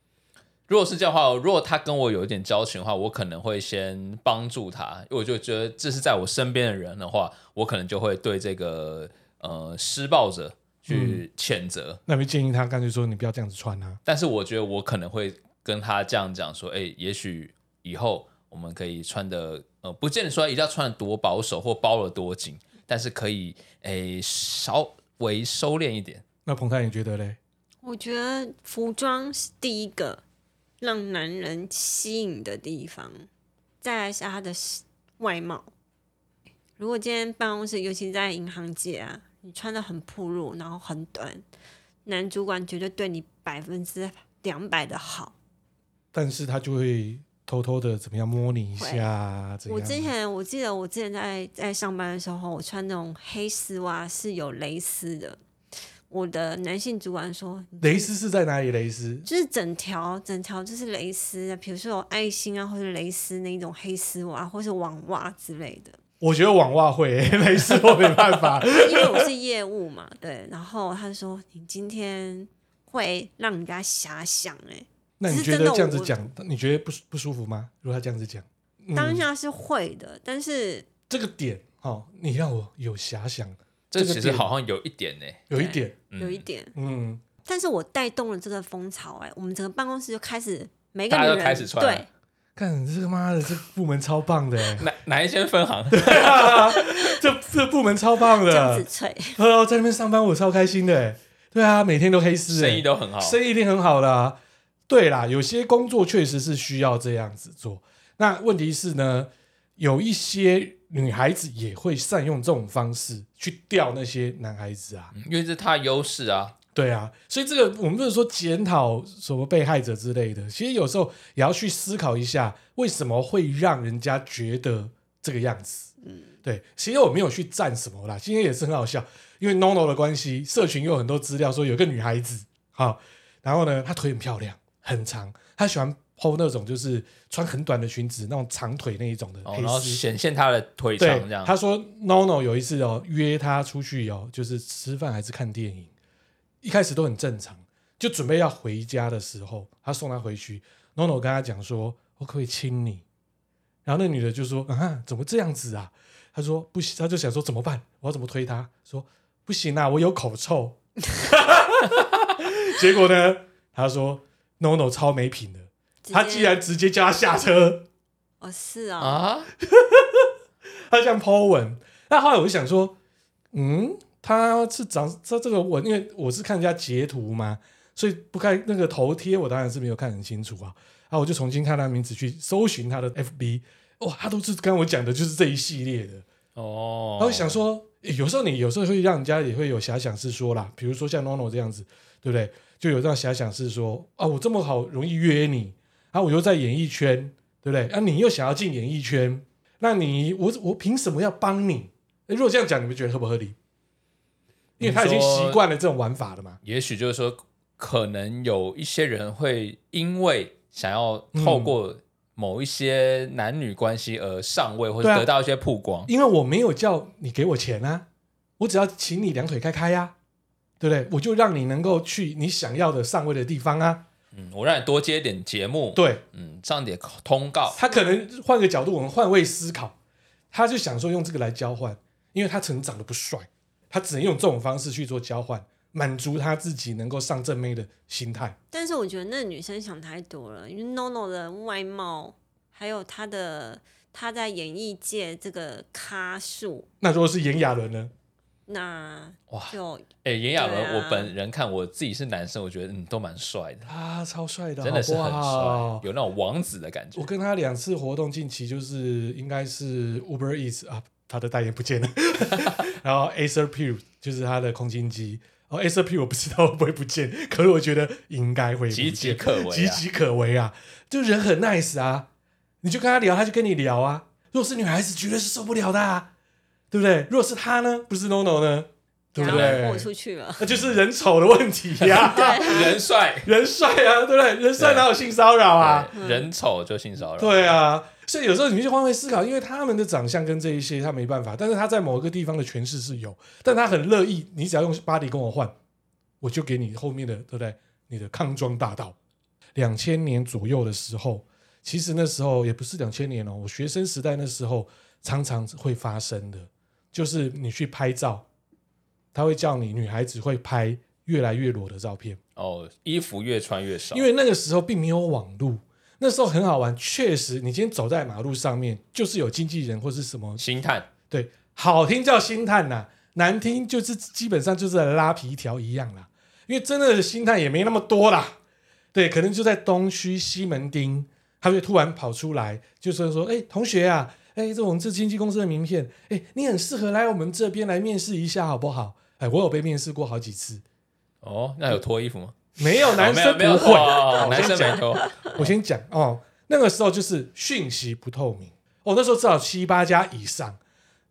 如果是这样的话，如果他跟我有一点交情的话，我可能会先帮助他，因为我就觉得这是在我身边的人的话，我可能就会对这个呃施暴者去谴责。
那你建议他干脆说你不要这样子穿啊。
但是我觉得我可能会跟他这样讲说，哎、也许以后我们可以穿的呃，不见得说一定要穿的多保守或包的多紧，但是可以哎、稍微收敛一点。
那彭泰你觉得嘞？
我觉得服装是第一个让男人吸引的地方，再来是他的外貌。如果今天办公室，尤其在银行界啊，你穿的很暴露，然后很短，男主管绝对对你百分之两百的好。
但是他就会偷偷的怎么样摸你一下啊，怎样？
我之前我记得我之前在在上班的时候，我穿那种黑丝袜是有蕾丝的。我的男性主管说：“你
蕾丝是在哪里？蕾丝
就是整条整条就是蕾丝啊的，比如说有爱心啊，或者蕾丝那一种黑丝袜，啊或是网袜之类的。
我觉得网袜会、蕾丝我没办法。
因为我是业务嘛，对。然后他说：“你今天会让人家遐想、欸，
那你觉得这样子讲，你觉得不舒不舒服吗？如果他这样子讲，嗯
当下是会的，但是
这个点哦，你让我有遐想，
这
这个
其实
点
好像有一点呢、
有一点，
嗯
有一点。
嗯，
但是我带动了这个风潮、欸，哎，我们整个办公室就开始每个
大家都
女人
开始穿
对，
看这个妈的，这部门超棒的、欸，
哪哪一间分 行？
这这部门超棒
这样
的
嗯
子，吹，
哦，在那边上班我超开心的、欸，对啊，每天都黑丝、欸，
生意都很好。
生意一定很好啦、对啦，有些工作确实是需要这样子做。那问题是呢，有一些女孩子也会善用这种方式去钓那些男孩子啊。
因为这是他的优势啊。
对啊，所以这个我们不是说检讨什么被害者之类的，其实有时候也要去思考一下，为什么会让人家觉得这个样子。嗯，对，其实我没有去赞什么啦，今天也是很好笑，因为 NONO 的关系，社群有很多资料说有个女孩子，好、然后呢，她腿很漂亮，很长，她喜欢 PO 那种就是穿很短的裙子，那种长腿那一种的
哦，
黑
然后
丝
显现他的腿
对
长这，样。
他说 NONO 有一次哦约他出去哦，就是吃饭还是看电影，一开始都很正常，就准备要回家的时候，他送她回去，NONO 跟他讲说：“哦我可不可以亲你？”然后那女的就说：“啊，怎么这样子啊？”他说：“不行。”他就想说怎么办？我要怎么推他？说：“不行啊，我有口臭。” 结果呢，他说 NONO 超没品的，
直接
他竟然直接叫他下车。
哦是哦，
啊，
他这样 Po 文。那后来我就想说，嗯，他是长他这个文，因为我是看人家截图嘛，所以不看那个头贴，我当然是没有看很清楚啊。啊，我就重新看他名字去搜寻他的 FB，哇，他都是跟我讲的就是这一系列的。
哦，
他会想说，诶有时候你有时候会让人家也会有遐想，是说啦，比如说像 NONO 这样子，对不对？就有这样遐想是说，啊，我这么好容易约你，啊，我又在演艺圈，对不对？啊，你又想要进演艺圈，那你我我凭什么要帮你？诶如果这样讲，你们觉得合不合理？因为他已经
你说
习惯了这种玩法了嘛。
也许就是说，可能有一些人会因为想要透过某一些男女关系而上位，或者
对啊
得到一些曝光。
因为我没有叫你给我钱啊，我只要请你两腿开开呀、啊，对不对？我就让你能够去你想要的上位的地方啊。
嗯，我让你多接点节目，，
对，
嗯，上点通告，
他可能换个角度，我们换位思考，他就想说用这个来交换，因为他可能长得不帅，他只能用这种方式去做交换，满足他自己能够上正妹的心态。
但是我觉得那个女生想太多了，因为 NONO 的外貌还有她的他在演艺界这个咖数，
那如果是炎亚纶呢？
那
哇
就
哎，炎亚纶
对，啊
我本人看我自己是男生，我觉得嗯都蛮帅的，
啊，超帅的，
真的是很
好不好
帅，有那种王子的感觉
我。跟他两次活动，近期就是应该是 Uber Eats 啊，他的代言不见了， 然后 Acer Pew 就是他的空心机。哦，Acer Pew 我不知道会不会不见，可是我觉得应该会不见
岌岌可危啊
岌岌可危啊！就人很 nice 啊，你就跟他聊，他就跟你聊啊。如果是女孩子，绝对是受不了的、啊，对不对？如果是他呢，不是 NONO 呢，对
然
不
后
对？
豁出去了。
那就是人丑的问题 呀、
人帅，
人帅啊，对不对？人帅哪有性骚扰啊？
对人丑就性骚扰。
对啊，所以有时候你去换位思考，因为他们的长相跟这一些他没办法，但是他在某一个地方的诠释是有，但他很乐意，你只要用 body 跟我换，我就给你后面的，对不对？你的康庄大道。两千年左右的时候，其实那时候也不是两千年哦，我学生时代那时候常常会发生的，就是你去拍照，他会叫你女孩子会拍越来越裸的照片。
哦，衣服越穿越少，
因为那个时候并没有网络，那时候很好玩。确实，你今天走在马路上面，就是有经纪人或是什么，
星探
对，好听叫星探呐、难听就是基本上就是拉皮条一样啦。因为真的星探也没那么多啦，对，可能就在东区西门町，他会突然跑出来，就是说：“哎、同学啊，哎、这我们这经纪公司的名片，哎、你很适合来我们这边来面试一下，好不好？”哎、我有被面试过好几次，
哦，那有脱衣服吗？
没有嗯男生
哦
不
没有没
会，
有脱哦
我
男
先
生
讲
没脱。
我先讲哦，那个时候就是讯息不透明，哦，那时候至少七八家以上，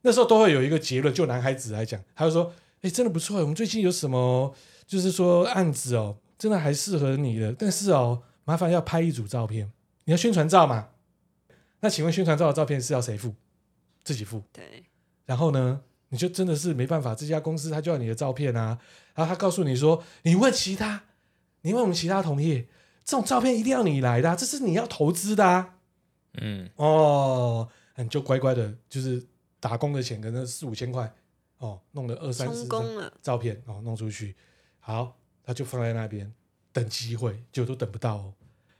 那时候都会有一个结论。就男孩子来讲，他就说：“哎、真的不错，我们最近有什么，就是说案子哦，真的还适合你的，但是哦，麻烦要拍一组照片，你要宣传照嘛？那请问宣传照的照片是要谁付？自己付。”
对，
然后呢，你就真的是没办法，这家公司他就要你的照片啊，然后他告诉你说，你问其他，你问我们其他同业，这种照片一定要你来的、啊，这是你要投资的啊，
嗯，
哦，你就乖乖的，就是打工的钱，可能四五千块，哦，弄了二三十
充公了
张照片，哦，弄出去，好，他就放在那边等机会，就都等不到哦。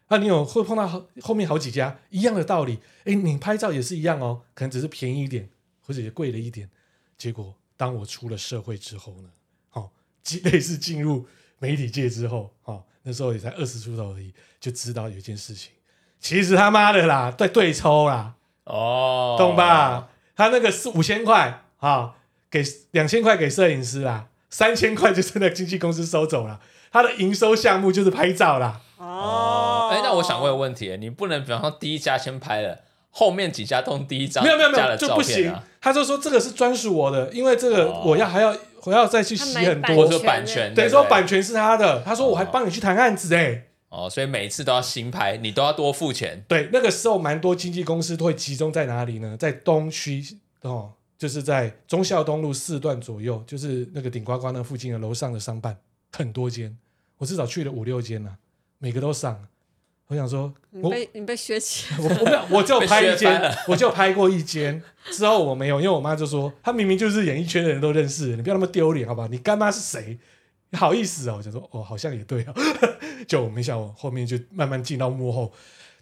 啊，你有会碰到好后面好几家一样的道理，哎，你拍照也是一样哦，可能只是便宜一点，或者也贵了一点。结果当我出了社会之后呢，哦，进类似进入媒体界之后，哦，那时候也才二十出头而已，就知道有一件事情，其实他妈的啦，对对抽啦，
哦，
懂吧？？他那个是五千块啊，给两千块给摄影师啦，三千块就是那个经纪公司收走了。他的营收项目就是拍照啦，
哦，
哎，那我想问个问题，你不能比方说第一家先拍了，后面几家都用第一张
没有没有没
家
有
的
就
照
不
片
行
啊，。
他就说这个是专属我的，因为这个
哦
我要还要我要再去
他
洗
买
很
版
多
或，者说版
等
权，
于
对不
说
对
版权是他的。他说我还
哦
帮你去谈案子哎、
哦，所以每一次都要新拍，你都要多付钱。
对，那个时候蛮多经纪公司都会集中在哪里呢？在东区哦，就是在忠孝东路四段左右，就是那个顶呱呱那附近的楼上的商办，很多间，我至少去了五六间了、每个都上。我想说，
你
我
被你被学起来，
我我没有，我就
被
拍
削
一间
翻了，
我就拍过一间。之后我没有，因为我妈就说，她明明就是演艺圈的人都认识，你不要那么丢脸，好吧？你干妈是谁？你好意思哦？我想说，哦，好像也对哦。 就我没想，我后面就慢慢进到幕后。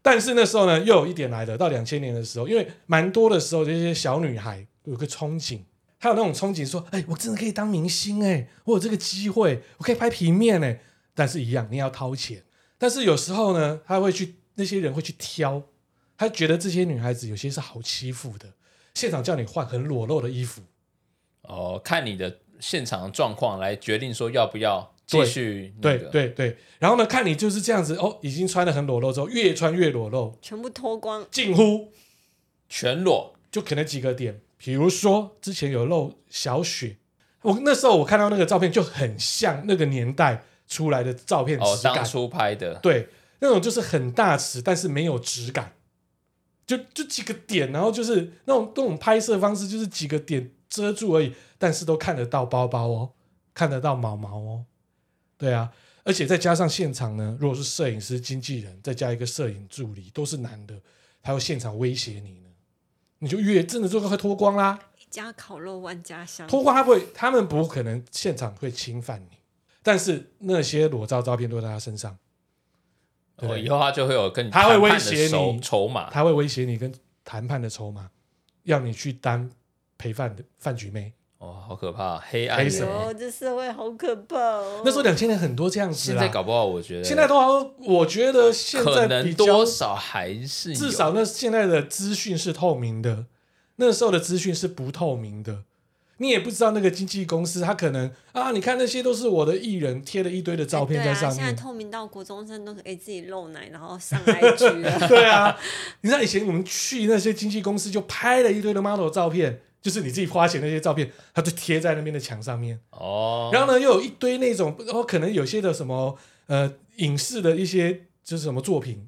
但是那时候呢，又有一点来的，到两千年的时候，因为蛮多的时候，这些小女孩有个憧憬，她有那种憧憬，说，哎、我真的可以当明星、哎，我有这个机会，我可以拍平面、哎，但是一样，你要掏钱。但是有时候呢，她会去，那些人会去挑，他觉得这些女孩子有些是好欺负的，现场叫你换很裸露的衣服，
哦，看你的现场状况来决定说要不要继续那
对
个。
对对，然后呢，看你就是这样子哦，已经穿的很裸露之后，越穿越裸露，
全部脱光，
近乎
全裸
就可能几个点，比如说之前有露小雪，我那时候我看到那个照片就很像那个年代出来的照片
哦，
质感，
当初拍的
对，那种就是很大尺，但是没有质感，就就几个点，然后就是那种那种拍摄方式，就是几个点遮住而已，但是都看得到包包哦，看得到毛毛哦，对啊，而且再加上现场呢，如果是摄影师、经纪人，再加一个摄影助理，都是男的，他会现场威胁你呢，你就越真的就快脱光啦。
一家烤肉万家香，
脱光他不会，他们不可能现场会侵犯你，但是那些裸照照片都在他身上。对
哦，以后他就会有跟你
他会
谈判
威
的
胁
筹
你
筹码，
他会威胁你跟谈判的筹码，要你去当陪饭的饭局妹。
哦，好可怕，黑暗
黑
欸
什么
哦，这社会好可怕哦。
那时候两千年很多这样子
现
啦，
在搞不好，我觉得
啊现在都好，我觉得现
可
在
能
比较
多少还是有
至少那现在的资讯是透明的，那时候的资讯是不透明的，你也不知道那个经纪公司，他可能啊，你看那些都是我的艺人贴了一堆的照片在上
对啊，现在
面。
透明到国中生都可以自己露奶，然后上 IG 了。
对啊，你知道以前我们去那些经纪公司就拍了一堆的 model 照片，就是你自己花钱那些照片，他就贴在那边的墙上面。
哦，
然后呢，又有一堆那种，然后可能有些的什么呃影视的一些就是什么作品，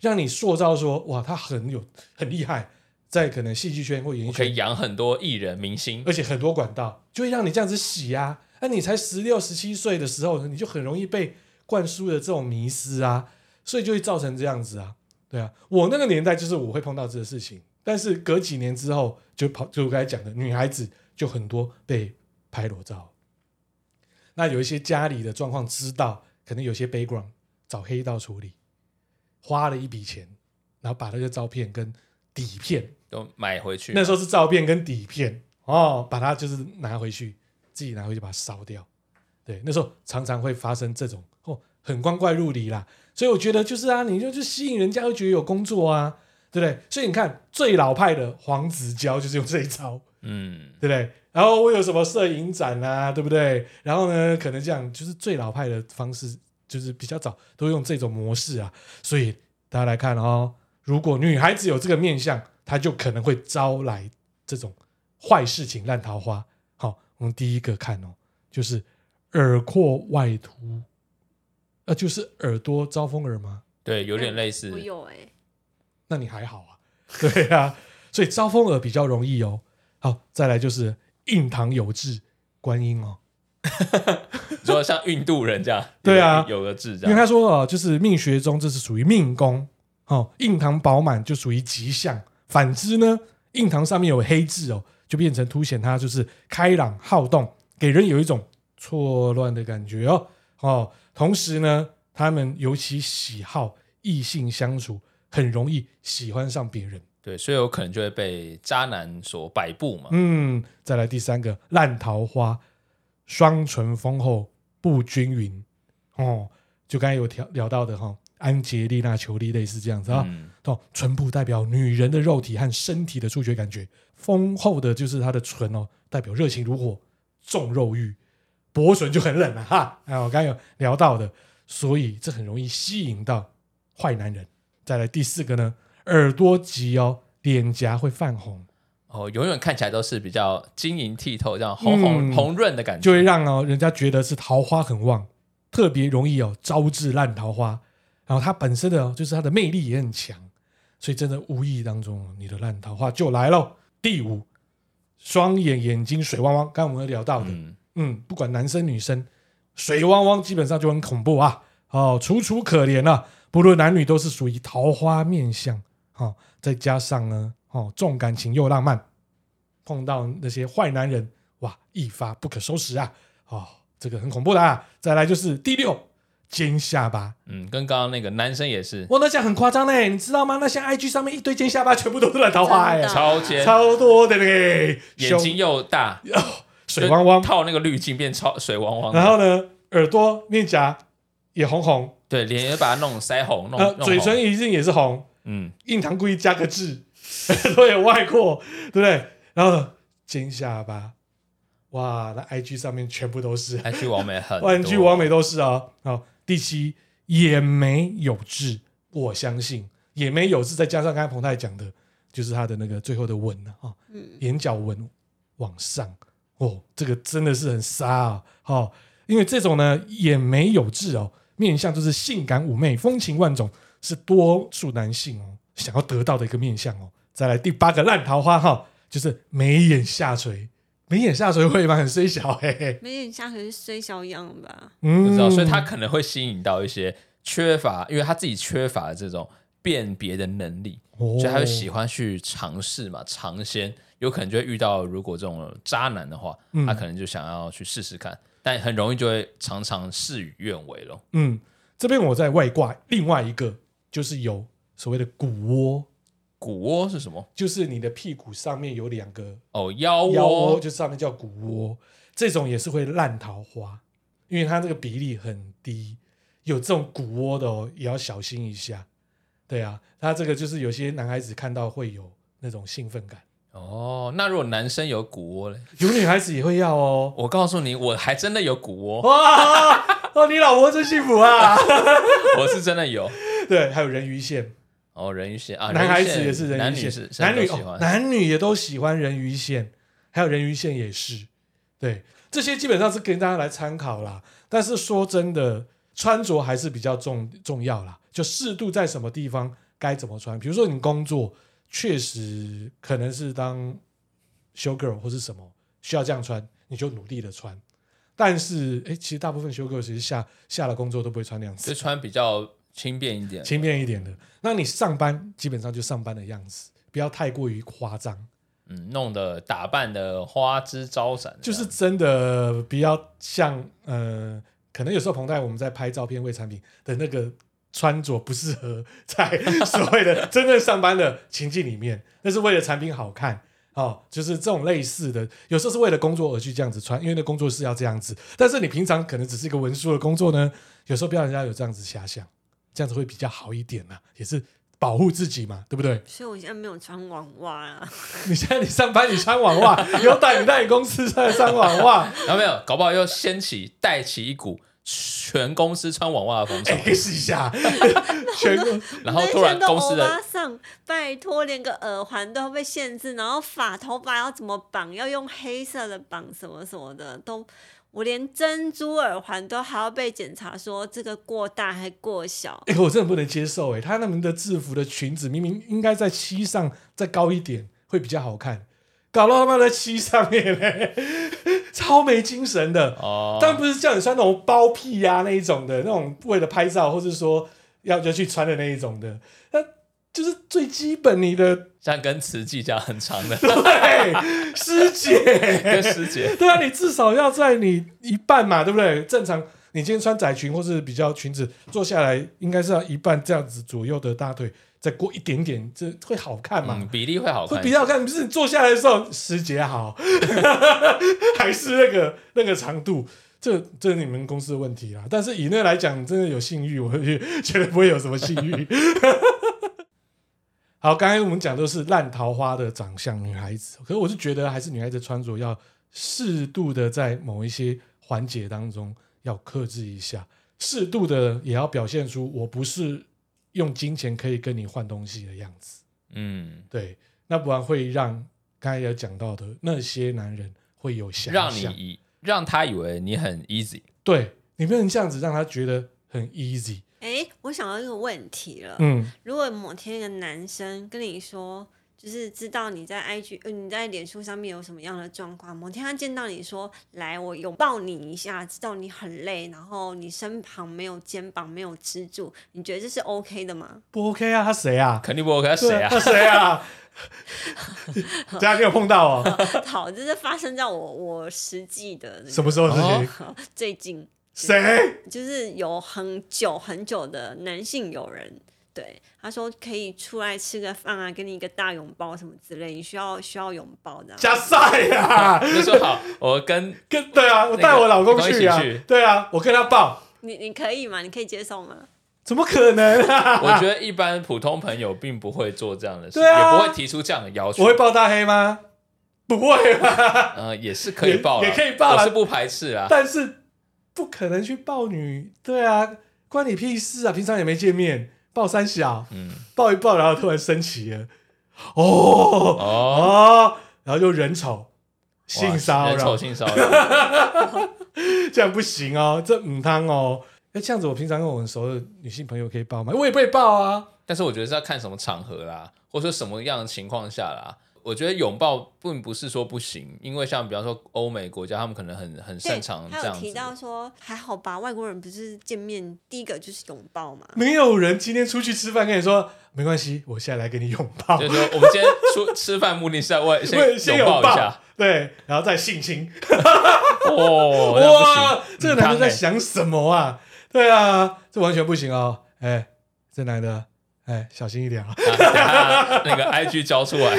让你塑造说哇，他很有很厉害，在可能戏剧圈或演艺
我可以
圈，
养很多艺人明星
而且很多管道，就会让你这样子洗啊。那、你才十六、十七岁的时候，你就很容易被灌输的这种迷失啊，所以就会造成这样子啊，对啊。我那个年代就是我会碰到这个事情，但是隔几年之后就跑，就我刚才讲的，女孩子就很多被拍裸照。那有一些家里的状况知道，可能有些 background 找黑道处理，花了一笔钱，然后把那个照片跟底片
都买回去。啊
那时候是照片跟底片哦，把它就是拿回去，自己拿回去把它烧掉。对，那时候常常会发生这种哦，很光怪陆离啦。所以我觉得就是啊，你就去吸引人家，会觉得有工作啊，对不对？所以你看最老派的黄子佼就是用这一招，
嗯，
对不对？然后我有什么摄影展啊，对不对？然后呢，可能这样就是最老派的方式，就是比较早都用这种模式啊。所以大家来看哦，如果女孩子有这个面相，她就可能会招来这种坏事情、烂桃花。好，我们第一个看哦，就是耳廓外凸，呃，就是耳朵招风耳吗？
对，有点类似
我。有哎、
那你还好啊， 对啊，所以招风耳比较容易哦。好，再来就是印堂有痣，观音哦，
你说像印度人这样，
对啊
有个有个痣这
因为他
样。
说哦，就是命学中这是属于命宫哦，印堂饱满就属于吉祥。反之呢，印堂上面有黑痣哦，就变成凸显他就是开朗好动，给人有一种错乱的感觉哦哦。同时呢，他们尤其喜好异性相处，很容易喜欢上别人。
对，所以有可能就会被渣男所摆布嘛。
嗯，再来第三个烂桃花，双唇丰厚不均匀哦，就刚才有聊聊到的哈、安杰丽娜·裘丽类似这样子啊。
嗯，
哦，唇部代表女人的肉体和身体的触觉感觉，丰厚的就是她的唇哦，代表热情如火，重肉欲，薄唇就很冷了、哈。哎，我刚刚有聊到的，所以这很容易吸引到坏男人。再来第四个呢，耳朵极哦，脸颊会泛红。
哦，永远看起来都是比较晶莹剔透，这样红红、
嗯
红润的感觉。
就会让哦人家觉得是桃花很旺，特别容易哦招致烂桃花。然后它本身的哦就是它的魅力也很强，所以真的无意当中哦你的烂桃花就来咯。第五，双眼眼睛水汪汪，刚刚我们有聊到的，嗯
嗯，
不管男生女生，水汪汪基本上就很恐怖啊，哦，楚楚可怜啊，不论男女都是属于桃花面相，哦，再加上呢，哦，重感情又浪漫，碰到那些坏男人，哇，一发不可收拾啊！哦，这个很恐怖的、啊。再来就是第六，尖下巴，
嗯，跟刚刚那个男生也是
哇，那下很夸张嘞，你知道吗？那些 IG 上面一堆尖下巴，全部都是烂桃花哎、
真的啊
超尖，
超多的嘞，
眼睛
胸
又大，
水汪汪
就，套那个滤镜变超水汪汪的。
然后呢，耳朵、面颊也红红，
对脸也把它弄腮红，弄、
呃，
弄
嘴
红
唇一定也是红，
嗯，
印堂故意加个痣， 都有外扩，对不对？然后呢，尖下巴，哇，那 IG 上面全部都是。
安居完美很多，
万剧完美都是啊。好，第七也没有痣，我相信也没有痣，再加上刚才彭泰讲的，就是他的那个最后的吻啊，哦
嗯，
眼角纹往上，哦，这个真的是很杀啊，哦，因为这种呢也没有痣哦，面相就是性感妩媚、风情万种，是多数男性哦想要得到的一个面相哦。再来第八个烂桃花哈、就是眉眼下垂，眉眼下垂会吗？很虽小嘿嘿，
没点下可是虽小样吧？
嗯，
不知道，所以他可能会吸引到一些缺乏，因为他自己缺乏这种辨别的能力，
哦
所以他会喜欢去尝试嘛，尝鲜，有可能就会遇到如果这种渣男的话，
嗯
他可能就想要去试试看，但很容易就会常常事与愿违咯。
嗯，这边我在外挂另外一个就是有所谓的骨窝
股窝是什么？
就是你的屁股上面有两个
哦，腰
腰窝，
窝。
就上面叫骨窝，这种也是会烂桃花，因为它这个比例很低，有这种骨窝的哦，也要小心一下。对啊，它这个就是有些男孩子看到会有那种兴奋感，
哦，那如果男生有股窝嘞？
有女孩子也会要哦。
我告诉你，我还真的有股窝，
哇哦，你老婆真幸福啊！
我是真的有。
对，还有人鱼线，
哦，人鱼线啊，
男孩
人
子
鱼线
也是人
男
鱼
女
线
是，
男女
喜
哦
欢。，
男女也都喜欢人鱼线，还有人鱼线也是，对，这些基本上是给大家来参考啦。但是说真的，穿着还是比较重重要啦，就适度在什么地方该怎么穿。比如说你工作确实可能是当 show girl 或是什么需要这样穿，你就努力的穿。但是，哎，其实大部分 show girl 其实下下了工作都不会穿那样子
就，穿比较轻便一点。
轻便一点的。那你上班基本上就上班的样子，不要太过于夸张，
嗯，弄得打扮的花枝招展的样子，
就是真的不要像呃，可能有时候彭泰我们在拍照片为产品的那个穿着不适合在所谓的 真正上班的情境里面，那是为了产品好看。哦，就是这种类似的，有时候是为了工作而去这样子穿，因为那工作是要这样子。但是你平常可能只是一个文书的工作呢，有时候不要人家有这样子遐想，这样子会比较好一点啦、也是保护自己嘛，对不对？
所以我现在没有穿网袜啊，
你现在你上班你穿网袜， 有歹你在你公司穿穿网 袜，
然后没有，搞不好又掀起带起一股全公司穿网袜的风潮，
X 哎一下， 全国
然后突然公
那些
司的
都欧巴桑，拜托，连个耳环都要被限制，然后发头发要怎么绑，要用黑色的绑，什么什么的，都我连珍珠耳环都还要被检查说这个过大还过小，
哎、我真的不能接受哎、他们的制服的裙子明明应该在膝上再高一点会比较好看，搞到他妈在膝上面 嘞、超没精神的。
哦，
但不是叫你穿那种包屁呀、那一种的，那种为了拍照或是说要要去穿的那一种的，那就是最基本你的
像跟慈济这样很长的
对师姐。
跟师 姐，
对啊，你至少要在你一半嘛，对不对？正常，你今天穿窄裙或是比较裙子，坐下来应该是要一半这样子左右的大腿，再过一点点，这会好看嘛？
嗯，比例会好
会
看
比。较好看，不是你坐下来的时候时节好， 还是那个那个长度？这这是你们公司的问题啦。但是以那来讲，真的有性欲，我会觉得不会有什么性欲。 好，刚才我们讲都是烂桃花的长相女孩子，可是我是觉得还是女孩子穿着要适度的在某一些环节当中要克制一下，适度的也要表现出我不是用金钱可以跟你换东西的样子。
嗯，
对，那不然会让刚才有讲到的那些男人会有遐想，
让你以让他以为你很 easy，
对你不能这样子让他觉得很 easy。
哎，我想到一个问题了，
嗯，
如果某天一个男生跟你说，就是知道你在 IG，呃，你在脸书上面有什么样的状况，某天他见到你说，来，我拥抱你一下，知道你很累，然后你身旁没有肩膀，没有支柱，你觉得这是 OK 的吗？
不 OK 啊，他谁啊？
肯定不 OK，他谁啊
对？他谁啊？家你有碰到哦？
好，这是发生在我我实际的、那个
什么时候的事情？
最近
谁？
就是有很久很久的男性友人，对他说可以出来吃个饭啊，给你一个大拥抱什么之类，你需要需要拥抱这样。
加赛啊！
就说好，我跟
跟对啊，我
那个
带我老公去
老
啊
公一起去，
对啊，我跟他抱，
你你可以吗？你可以接受吗？
怎么可能 啊？
我觉得一般普通朋友并不会做这样的事，
对啊
也不会提出这样的要求。
我会抱大黑吗？不会吧？
呃，也是可以报啦，
也也可以报啦
我是不排斥啊。
但是不可能去抱女，对啊，关你屁事啊！平常也没见面，抱三小，
嗯，
抱一抱，然后突然升旗了，哦
哦，
哦，然后又人丑，性骚
人丑
扰，
性骚 扰，
这样不行哦，这唔汤哦。哎，这样子我平常跟我很熟的女性朋友可以抱吗？我也被抱啊，
但是我觉得是要看什么场合啦，或者说什么样的情况下啦。我觉得拥抱并不是说不行，因为像比方说欧美国家，他们可能很很
对，
擅长这
他有
样
提到
子。
说，还好吧，外国人不是见面第一个就是拥抱嘛。
没有人今天出去吃饭跟你说没关系，我现在来给你拥抱
就，是说，我们今天出 吃饭目的是在外
对，先
拥
拥
抱一下，，
对，然后再性侵，
哦，那不行欸
哇，这个男的在想什么啊？对啊，这完全不行哦。哎，这男的，哎，小心一点啊，
啊等一下那个 IG 交出来，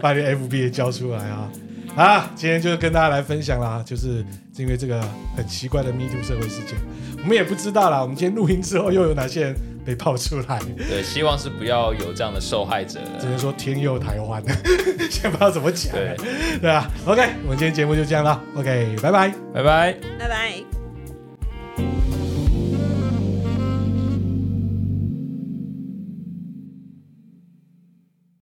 把你 FB 也交出来啊！啊，今天就是跟大家来分享啦，就是因为这个很奇怪的 Me Too 社会事件，我们也不知道啦。我们今天录音之后又有哪些人被爆出来？
对，希望是不要有这样的受害者。
只能说天佑台湾， 先不知道怎么讲，
对，
对啊。OK，我们今天节目就这样啦。OK，拜拜。
拜拜。
拜拜。